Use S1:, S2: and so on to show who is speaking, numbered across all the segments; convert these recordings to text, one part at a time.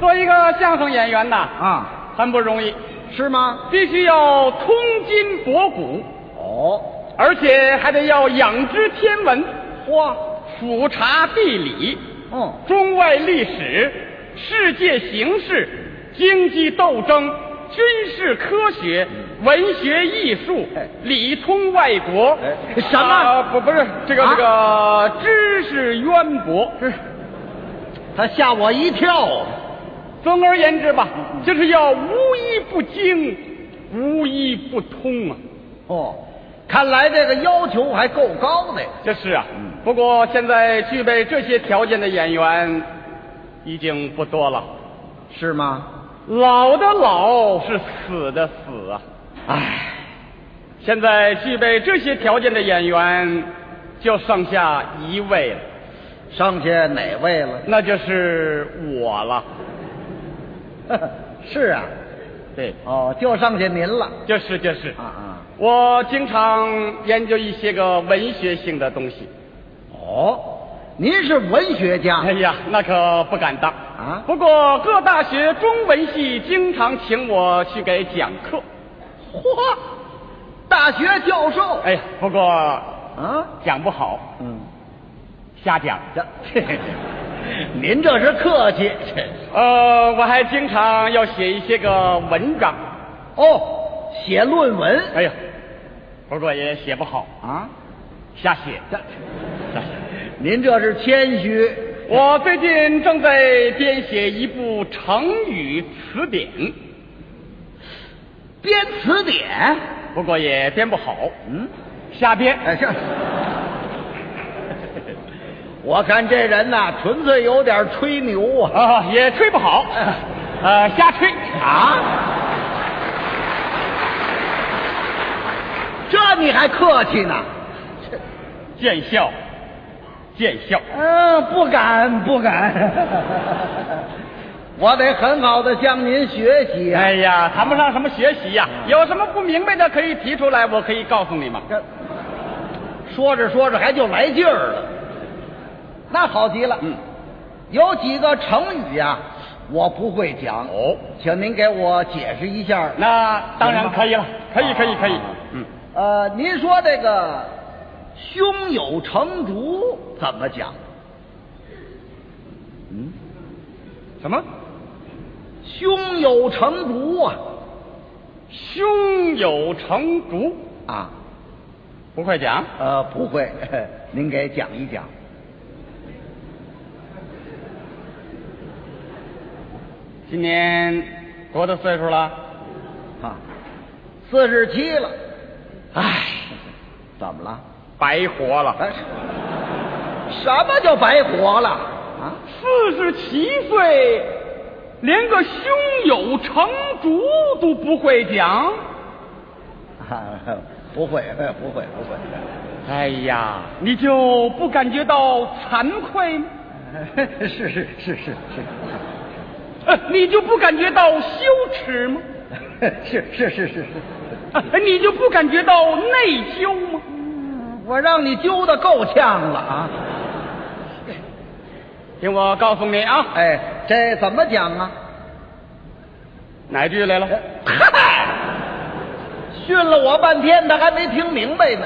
S1: 做一个相声演员呐，
S2: 啊，
S1: 很不容易，
S2: 是吗？
S1: 必须要通筋博骨，
S2: 哦，
S1: 而且还得要仰知天文，
S2: 嚯，
S1: 俯察地理，
S2: 嗯，
S1: 中外历史、世界形势、经济斗争、军事科学、文学艺术
S2: 嗯哎，
S1: 里通外国。
S2: 哎什么
S1: 啊不不是这个、
S2: 啊
S1: 这个知识渊博。
S2: 是，他吓我一跳。
S1: 总而言之吧，就是要无一不精，无一不通啊。
S2: 哦，看来这个要求还够高的。
S1: 这是啊，不过现在具备这些条件的演员已经不多了。
S2: 是吗？
S1: 老的老是死的死啊！
S2: 唉，
S1: 现在具备这些条件的演员就剩下一位了，
S2: 剩下哪位了？
S1: 那就是我了。
S2: 是啊，
S1: 对，
S2: 哦，就剩下您了。
S1: 就是就是
S2: 啊。啊，
S1: 我经常研究一些个文学性的东西。
S2: 哦，您是文学家
S1: 哎呀，那可不敢当
S2: 啊
S1: 不过各大学中文系经常请我去给讲课。
S2: 嚯，大学教授。
S1: 哎呀，不过
S2: 啊，
S1: 讲不好，
S2: 嗯，
S1: 瞎讲。
S2: 这，您这是客气。
S1: 呃，我还经常要写一些个文章。
S2: 哦，写论文。
S1: 哎呀，不过也写不好，
S2: 啊，
S1: 瞎写。
S2: 这， 您这是谦虚。
S1: 我最近正在编写一部成语词典，
S2: 编词典。
S1: 不过也编不好，
S2: 嗯，
S1: 瞎编。
S2: 哎，这，我看这人呐，纯粹有点吹牛啊。
S1: 啊、也吹不 好，呃，瞎吹。
S2: 啊？这你还客气呢？
S1: 见笑，见笑。
S2: 嗯，不敢不敢， 我得很好的向您学习啊。
S1: 哎呀，嗯谈不上什么学习呀、有什么不明白的可以提出来，我可以告诉你嘛。
S2: 这说着说着还就来劲儿了，那好极了。
S1: 嗯，
S2: 有几个成语啊，我不会讲，
S1: 哦，
S2: 请您给我解释一下。
S1: 那当然可以了，可以，可以，可以。嗯，
S2: 呃，您说这个“胸有成竹”怎么讲？嗯，
S1: 什么？
S2: 胸有成竹啊
S1: 胸有成竹，
S2: 啊，
S1: 不会讲。
S2: 呃，不会，您给讲一讲。
S1: 今年多大岁数了？
S2: 啊，四十七了，唉，怎么了？
S1: 白活了，
S2: 哎，什么叫白活了啊？
S1: 四十七岁，连个胸有成竹都不会讲。
S2: 啊 不会，不会， 不会
S1: 哎呀，你就不感觉到惭愧吗？，
S2: 是是是是
S1: 呃，你就不感觉到羞耻吗？
S2: 是是是是是，
S1: 呃你就不感觉到内疚吗？
S2: 我让你揪的够呛了啊！
S1: 听我告诉你啊，
S2: 哎，这怎么讲啊？
S1: 哪句来了？
S2: 嗨，训了我半天，他还没听明白呢。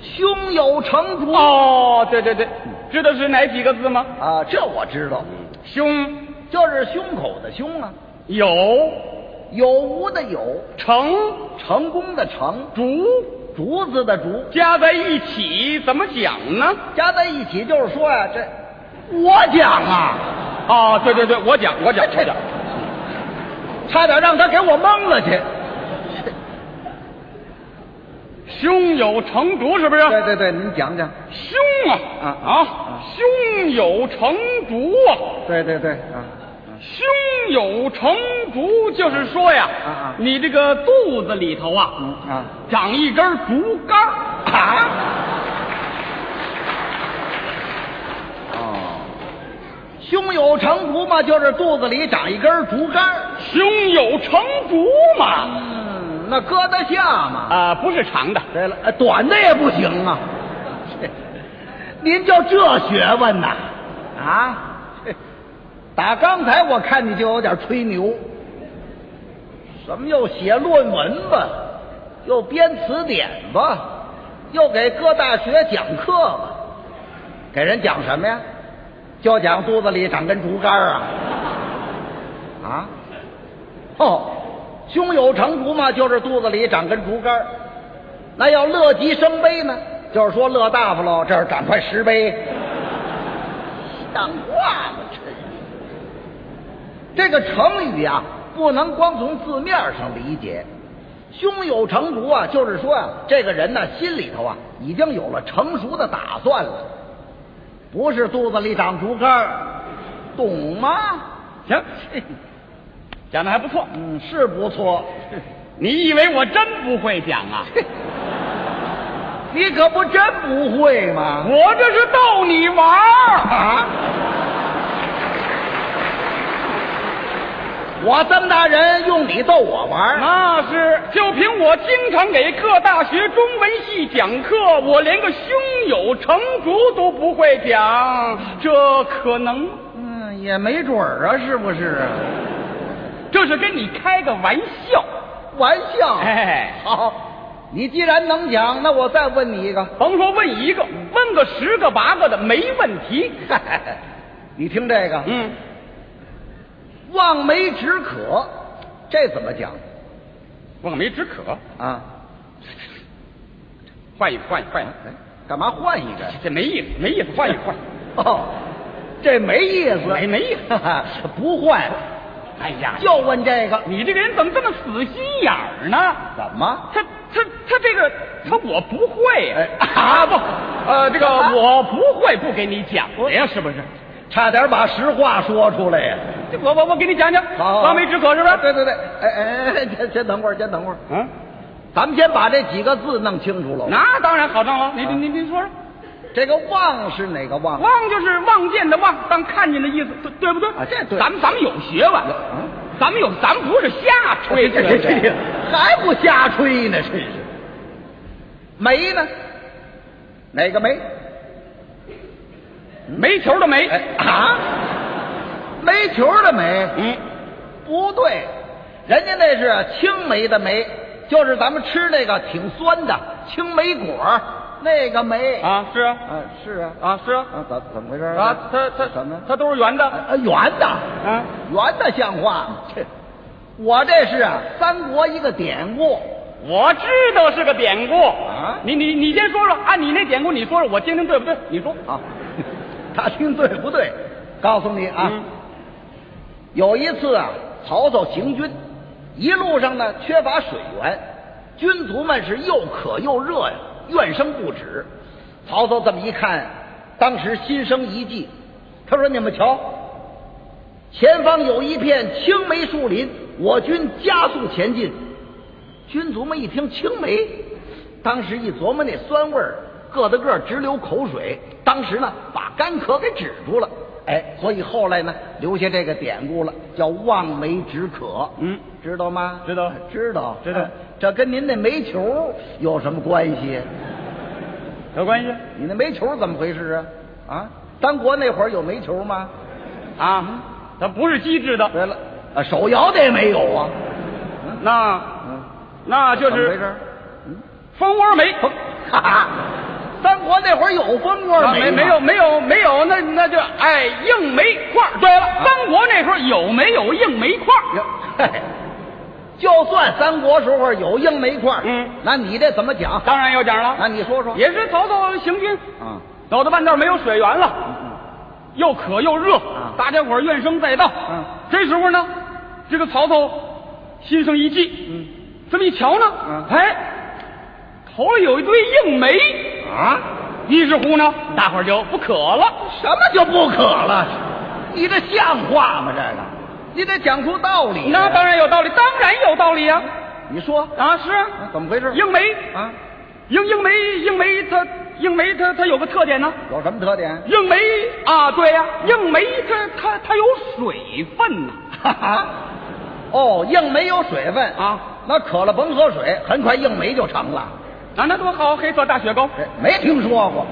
S2: 胸有成竹
S1: 哦，对对对，知道是哪几个字吗？
S2: 啊，这我知道，
S1: 胸
S2: 就是胸口的胸啊，
S1: 有
S2: 有无的有，
S1: 成
S2: 成功的成，
S1: 竹
S2: 竹子的竹，
S1: 加在一起怎么讲呢？
S2: 加在一起就是说呀、这我讲啊，
S1: 哦，对对对，我讲我讲我讲，
S2: 差点让他给我蒙了去。
S1: 胸有成竹是不是？
S2: 对对对，您讲讲。
S1: 胸啊
S2: 啊
S1: 啊，胸有成竹啊。
S2: 对对对啊，
S1: 胸有成竹，就是说呀，
S2: 啊啊
S1: 你这个肚子里头啊，
S2: 嗯啊
S1: 长一根竹竿儿
S2: 啊。哦，胸有成竹嘛，就是肚子里长一根竹竿儿。
S1: 胸有成竹嘛，
S2: 嗯，那搁得下吗？
S1: 啊、不是长的，
S2: 对了，呃短的也不行啊。 您就这学问呐？啊，打刚才我看你就有点吹牛，什么又写论文吧，又编词典吧，又给各大学讲课吧，给人讲什么呀？就讲肚子里长根竹竿啊！啊，哦，胸有成竹嘛，就是肚子里长根竹竿儿那要乐极生悲呢，就是说乐大发喽，这儿长块石 碑。像话吗？这个成语啊，不能光从字面上理解。胸有成竹啊，就是说啊，这个人呢、心里头啊已经有了成熟的打算了，不是肚子里长竹竿儿懂吗？
S1: 行，嘿讲的还不错。
S2: 嗯，是不错。
S1: 你以为我真不会讲 啊？
S2: 你可不真不会吗？
S1: 我这是逗你玩 儿。
S2: 啊！我这么大人，用你逗我玩儿？
S1: 那是，就凭我经常给各大学中文系讲课，我连个胸有成竹都不会讲，这可能吗？
S2: 嗯，也没准儿啊，是不是？啊
S1: 这是跟你开个玩笑。
S2: 玩笑。
S1: 哎，
S2: 好，你既然能讲，那我再问你一个。
S1: 甭说问一个，问个十个八个的没问题。
S2: 你听这个，
S1: 嗯，
S2: 望梅止渴，这怎么讲
S1: 望梅止渴，
S2: 啊？
S1: 换一个，换一个，换一个。
S2: 哎干嘛换一个呀？
S1: 这没意思，没意思，换一个，换一个。
S2: 哦，这没意思，
S1: 没没意思
S2: 不换，
S1: 哎呀，
S2: 就问这个，
S1: 你这个人怎么这么死心眼儿呢？
S2: 怎么？
S1: 他他他这个他我不会
S2: 嗯哎
S1: 啊不呃这个
S2: 啊
S1: 我不会不给你讲了呀是不是？
S2: 差点把实话说出来呀！
S1: 这我我我给你讲讲，
S2: 好，
S1: 望梅止渴是不
S2: 啊
S1: 是？
S2: 对对对，哎哎哎，先先等会儿，先等会儿，
S1: 嗯，
S2: 咱们先把这几个字弄清楚了。
S1: 那当然好上了，你
S2: 嗯啊
S1: 你你你说说，
S2: 这个望是哪个望？
S1: 望就是望见的望，当看见的意思，对对不对？
S2: 啊这对嗯
S1: 咱们咱们有学问，咱们有，咱们不是瞎吹
S2: 啊这
S1: 的。
S2: 这这 还不瞎吹呢，真是。梅呢？哪个梅？
S1: 煤球的煤，
S2: 哎啊，煤球的煤？
S1: 嗯，
S2: 不对，人家那是青梅的梅，就是咱们吃那个挺酸的青梅果儿那个梅。
S1: 啊是啊
S2: 啊，是啊，
S1: 啊是啊
S2: 啊，怎怎么回事
S1: 啊，它它
S2: 怎么？
S1: 它都是圆的
S2: 啊，圆的，
S1: 啊，
S2: 圆的像话吗？ 这我这是啊，三国一个典故。
S1: 我知道是个典故
S2: 啊
S1: 你你你先说说，按你那典故你说说，我听听对不对？你说
S2: 啊， 他听对不对？告诉你啊，
S1: 嗯
S2: 有一次啊，曹操行军，一路上呢缺乏水源，军卒们是又渴又热呀、怨声不止。曹操这么一看，当时心生一计，他说：“你们瞧，前方有一片青梅树林，我军加速前进。”军卒们一听青梅，当时一琢磨那酸味儿，个的个直流口水。当时呢，把干渴给止住了。哎，所以后来呢，留下这个典故了，叫望梅止渴。
S1: 嗯，
S2: 知道吗？
S1: 知道
S2: 知道，
S1: 知道
S2: 哎这跟您那煤球有什么关系？
S1: 有关系
S2: 你那煤球怎么回事啊？啊，三国那会儿有煤球吗？
S1: 啊，它不是机制的，
S2: 对了，啊，手摇的也没有啊。
S1: 那
S2: 嗯，
S1: 那就
S2: 怎么回
S1: 是
S2: 事？
S1: 蜂窝煤，
S2: 哈哈， 三国那会儿有蜂窝
S1: 啊
S2: 煤
S1: 没没
S2: 吗
S1: 有没有没有，那那就哎硬煤块。对
S2: 啊
S1: 了，三国那时候有没有硬煤块？
S2: 哟嘿， 就算三国时候有硬煤块，
S1: 嗯
S2: 那你这怎么讲？
S1: 当然有讲了，
S2: 那你说说，
S1: 也是曹操行军，
S2: 啊，
S1: 走到半道没有水源了，又渴又热
S2: 嗯啊，
S1: 大家伙儿怨声载道。
S2: 嗯
S1: 这时候呢，这个曹操心生一计，
S2: 嗯，
S1: 这么一瞧呢，
S2: 嗯
S1: 哎，头里有一堆硬煤，
S2: 啊，
S1: 于是乎呢，
S2: 嗯
S1: 大伙儿就不渴了。
S2: 什么就不可了？你这像话吗？这个，你得讲出道理来。
S1: 那当然有道理，当然有道理啊！
S2: 你说
S1: 啊，是啊，
S2: 啊怎么回事？
S1: 硬煤，
S2: 啊，
S1: 硬硬煤，硬煤它硬煤它它有个特点呢，
S2: 有什么特点？
S1: 硬煤啊，对呀、硬煤它它它有水分呐、
S2: 哈哈，哦，硬煤有水分
S1: 啊，
S2: 那渴了甭喝水，很快硬煤就成了。
S1: 啊，那多好，黑色大雪糕。
S2: 哎这没听说过，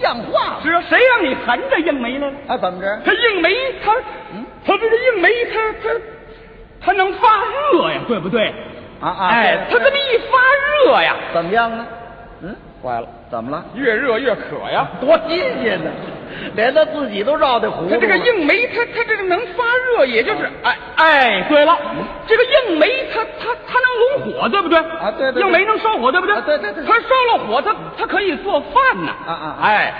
S2: 像话吗？
S1: 是啊，谁让你含着硬梅来了？
S2: 啊，怎么着？
S1: 他硬梅，他，
S2: 嗯
S1: 他这个硬梅，他他他能发热呀，对不对？
S2: 啊啊
S1: 哎，他
S2: 对
S1: 这么一发热呀，
S2: 怎么样呢？嗯，
S1: 坏了，
S2: 怎么了？
S1: 越热越渴呀。
S2: 多新鲜呢！连他自己都绕得糊涂啊
S1: 它
S2: 了。
S1: 这个硬梅，它它这个能发热，也就是
S2: 啊
S1: 哎哎，对了，这个硬梅它它它能拢火，对不对？
S2: 啊对对对
S1: 硬梅能烧火，对不对？
S2: 啊对对对
S1: 它烧了火，它它可以做饭呢。
S2: 啊啊啊
S1: 哎，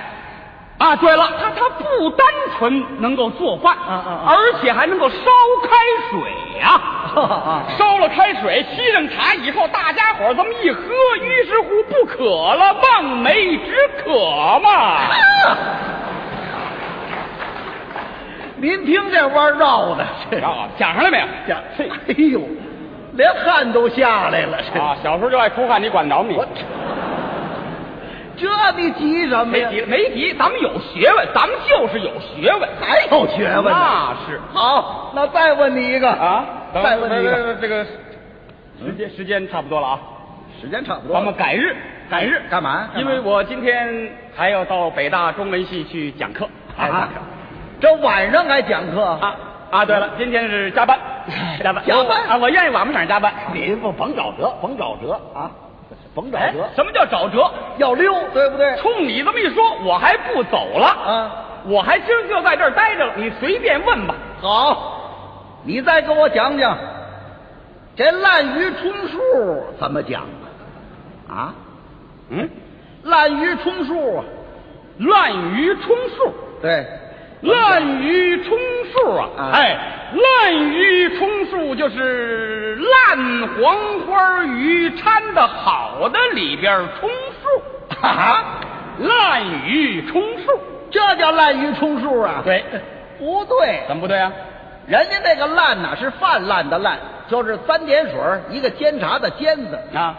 S1: 啊对了，它它不单纯能够做饭，
S2: 啊啊啊
S1: 而且还能够烧开水呀、
S2: 啊啊
S1: 烧了开水，沏上茶以后，大家伙儿这么一喝，于是乎不渴了，望梅止渴嘛。
S2: 啊您听这弯绕的，这
S1: 啊，讲上来没有？
S2: 讲，这哎呦，连汗都下来了。这、
S1: 啊，小时候就爱出汗，你管着吗你？
S2: 我这你急什么
S1: 没
S2: 呀？
S1: 急没急，咱们有学问，咱们就是有学问，
S2: 还有学问呢。
S1: 那是
S2: 好，那再问你一个
S1: 啊。咱
S2: 再
S1: 们
S2: 问你一个，
S1: 这个时间时间差不多了啊，
S2: 时间差不多了，
S1: 咱们改日改日
S2: 干嘛干嘛
S1: 因为我今天还要到北大中文系去讲课。
S2: 啊，这晚上还讲课
S1: 啊啊！对了，今天是加班，加班
S2: 哎加班
S1: 我啊！我愿意晚不场加班。
S2: 您不甭找辙，甭找辙啊，甭找
S1: 哎
S2: 辙，，
S1: 什么叫找辙？
S2: 要溜，对不对？
S1: 冲你这么一说，我还不走了
S2: 啊！
S1: 我还今儿就在这儿待着了，你随便问吧。
S2: 好，你再给我讲讲这滥竽充数怎么讲啊？啊，
S1: 嗯，
S2: 滥竽充数啊，
S1: 滥竽充数，
S2: 对，
S1: 滥竽充数啊！
S2: 啊
S1: 哎，滥竽充数就是烂黄花鱼掺的好的里边儿充数
S2: 啊，
S1: 滥竽充数，
S2: 这叫滥竽充数啊？，
S1: 对，
S2: 不对，
S1: 怎么不对啊？
S2: 人家那个滥呐、是泛滥的滥，就是三点水儿一个监察的监字，
S1: 啊，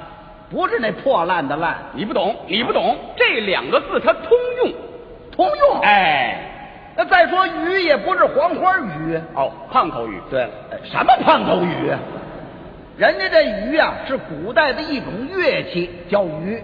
S2: 不是那破烂的烂，
S1: 你不懂，你不懂，这两个字它通用。
S2: 通用。，
S1: 哎，
S2: 那再说鱼也不是黄花鱼。
S1: 哦，胖口鱼，
S2: 对了，哎什么胖头鱼啊？人家这鱼啊是古代的一种乐器，叫鱼，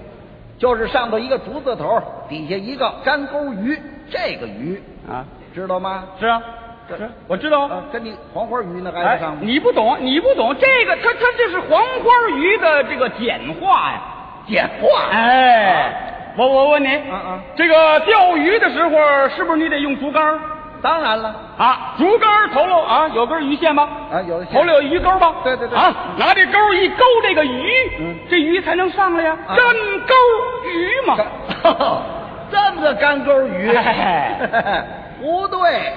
S2: 就是上头一个竹字头，底下一个干钩鱼，这个鱼
S1: 啊，
S2: 知道吗？
S1: 是啊，
S2: 这
S1: 是，我知道啊。
S2: 啊，跟你黄花鱼那挨
S1: 哎
S2: 得上，吗？
S1: 你不懂，你不懂这个，它它这是黄花鱼的这个简化呀。
S2: 简化。
S1: 哎，我我问你，
S2: 嗯嗯
S1: 这个钓鱼的时候是不是你得用竹竿儿
S2: 当然了
S1: 啊？竹竿儿头喽啊，有根鱼线吧？
S2: 啊，有一些
S1: 头里有鱼钩吧？
S2: 对对对
S1: 啊，拿这钩一勾这个鱼，
S2: 嗯
S1: 这鱼才能上来呀、
S2: 啊
S1: 真钩鱼嘛。
S2: 这么个干钩鱼
S1: 哎，
S2: 不对。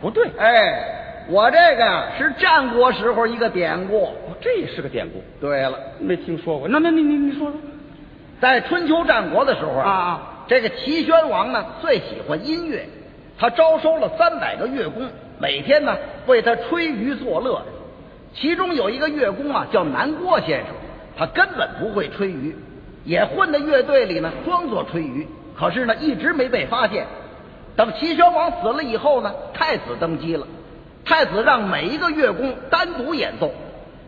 S1: 不对，
S2: 哎，我这个呀是战国时候一个典故。
S1: 哦这也是个典故，
S2: 对了。
S1: 没听说过。那那你你你说说
S2: 在春秋战国的时候
S1: 啊啊
S2: 这个齐宣王呢最喜欢音乐，他招收了三百个乐工，每天呢为他吹竽作乐。其中有一个乐工啊叫南郭先生，他根本不会吹竽，也混在乐队里呢装作吹竽，可是呢一直没被发现。等齐宣王死了以后呢，太子登基了，太子让每一个乐工单独演奏，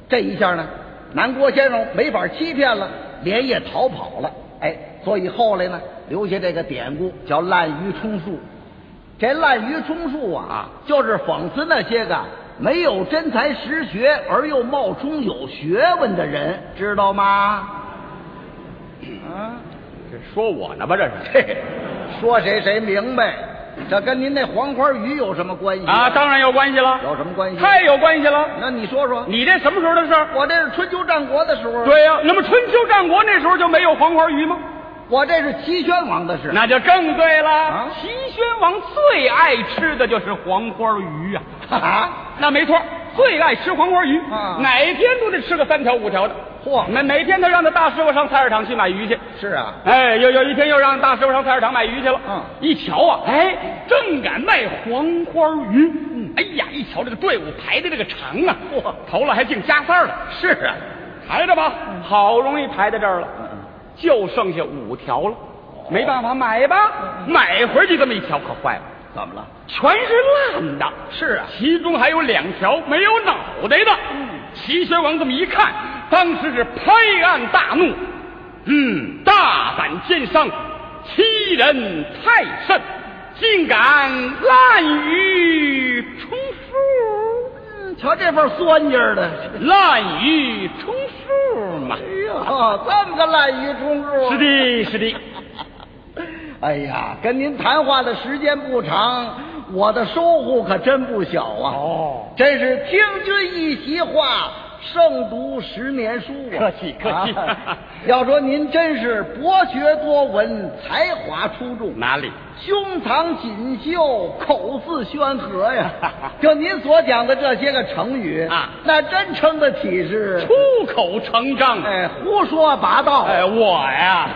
S2: 这一下呢，南郭先生没法欺骗了，连夜逃跑了。哎，所以后来呢，留下这个典故叫“滥竽充数”。这“滥竽充数啊”
S1: 啊
S2: 就是讽刺那些个没有真才实学而又冒充有学问的人，知道吗？ 啊，
S1: 这说我呢吧？这是。
S2: 嘿，说谁谁明白，这跟您那黄花鱼有什么关系
S1: 啊，当然有关系了，
S2: 有什么关系？
S1: 太有关系了。
S2: 那你说说，
S1: 你这什么时候的事儿？
S2: 我这是春秋战国的时候，，
S1: 对呀、那么春秋战国那时候就没有黄花鱼吗？
S2: 我这是齐宣王的事。
S1: 那就更对了。
S2: 啊
S1: 齐宣王最爱吃的就是黄花鱼啊，
S2: 啊，
S1: 那没错，最爱吃黄花鱼，
S2: 啊
S1: 哪天都得吃个三条五条的。
S2: 嚯
S1: 每每天他让他大师傅上菜市场去买鱼去。
S2: 是啊，
S1: 哎，有有一天又让大师傅上菜市场买鱼去了。
S2: 嗯
S1: 一瞧啊，哎，正赶卖黄花鱼。
S2: 嗯
S1: 哎呀，一瞧这个队伍排的这个长啊，
S2: 嚯
S1: 头了还净加塞儿了。
S2: 是啊，嗯
S1: 排着吧，好容易排到这儿了
S2: 嗯嗯，哦
S1: 就剩下五条了，没办法买吧，买回去这么一瞧，可坏了，
S2: 嗯怎么了？
S1: 全是烂的，
S2: 是啊
S1: 其中还有两条没有脑袋的。齐宣王这么一看，当时是拍案大怒，嗯，大胆奸商，欺欺人太甚，竟敢滥竽充数，
S2: 嗯，瞧这份酸劲儿的，
S1: 滥竽充数嘛
S2: 哎。呦，这么个滥竽充数，啊
S1: 是。的，是的，
S2: 哎呀，跟您谈话的时间不长，我的收获可真不小啊！
S1: 哦
S2: 真是听君一席话，胜读十年书啊！
S1: 客气客气
S2: 啊要说您真是博学多闻，才华出众，
S1: 哪里？
S2: 胸藏锦绣，口似轩和呀！就您所讲的这些个成语
S1: 啊
S2: 那真称得起是哎
S1: 出口成章。
S2: 哎胡说八道。
S1: 哎，我呀，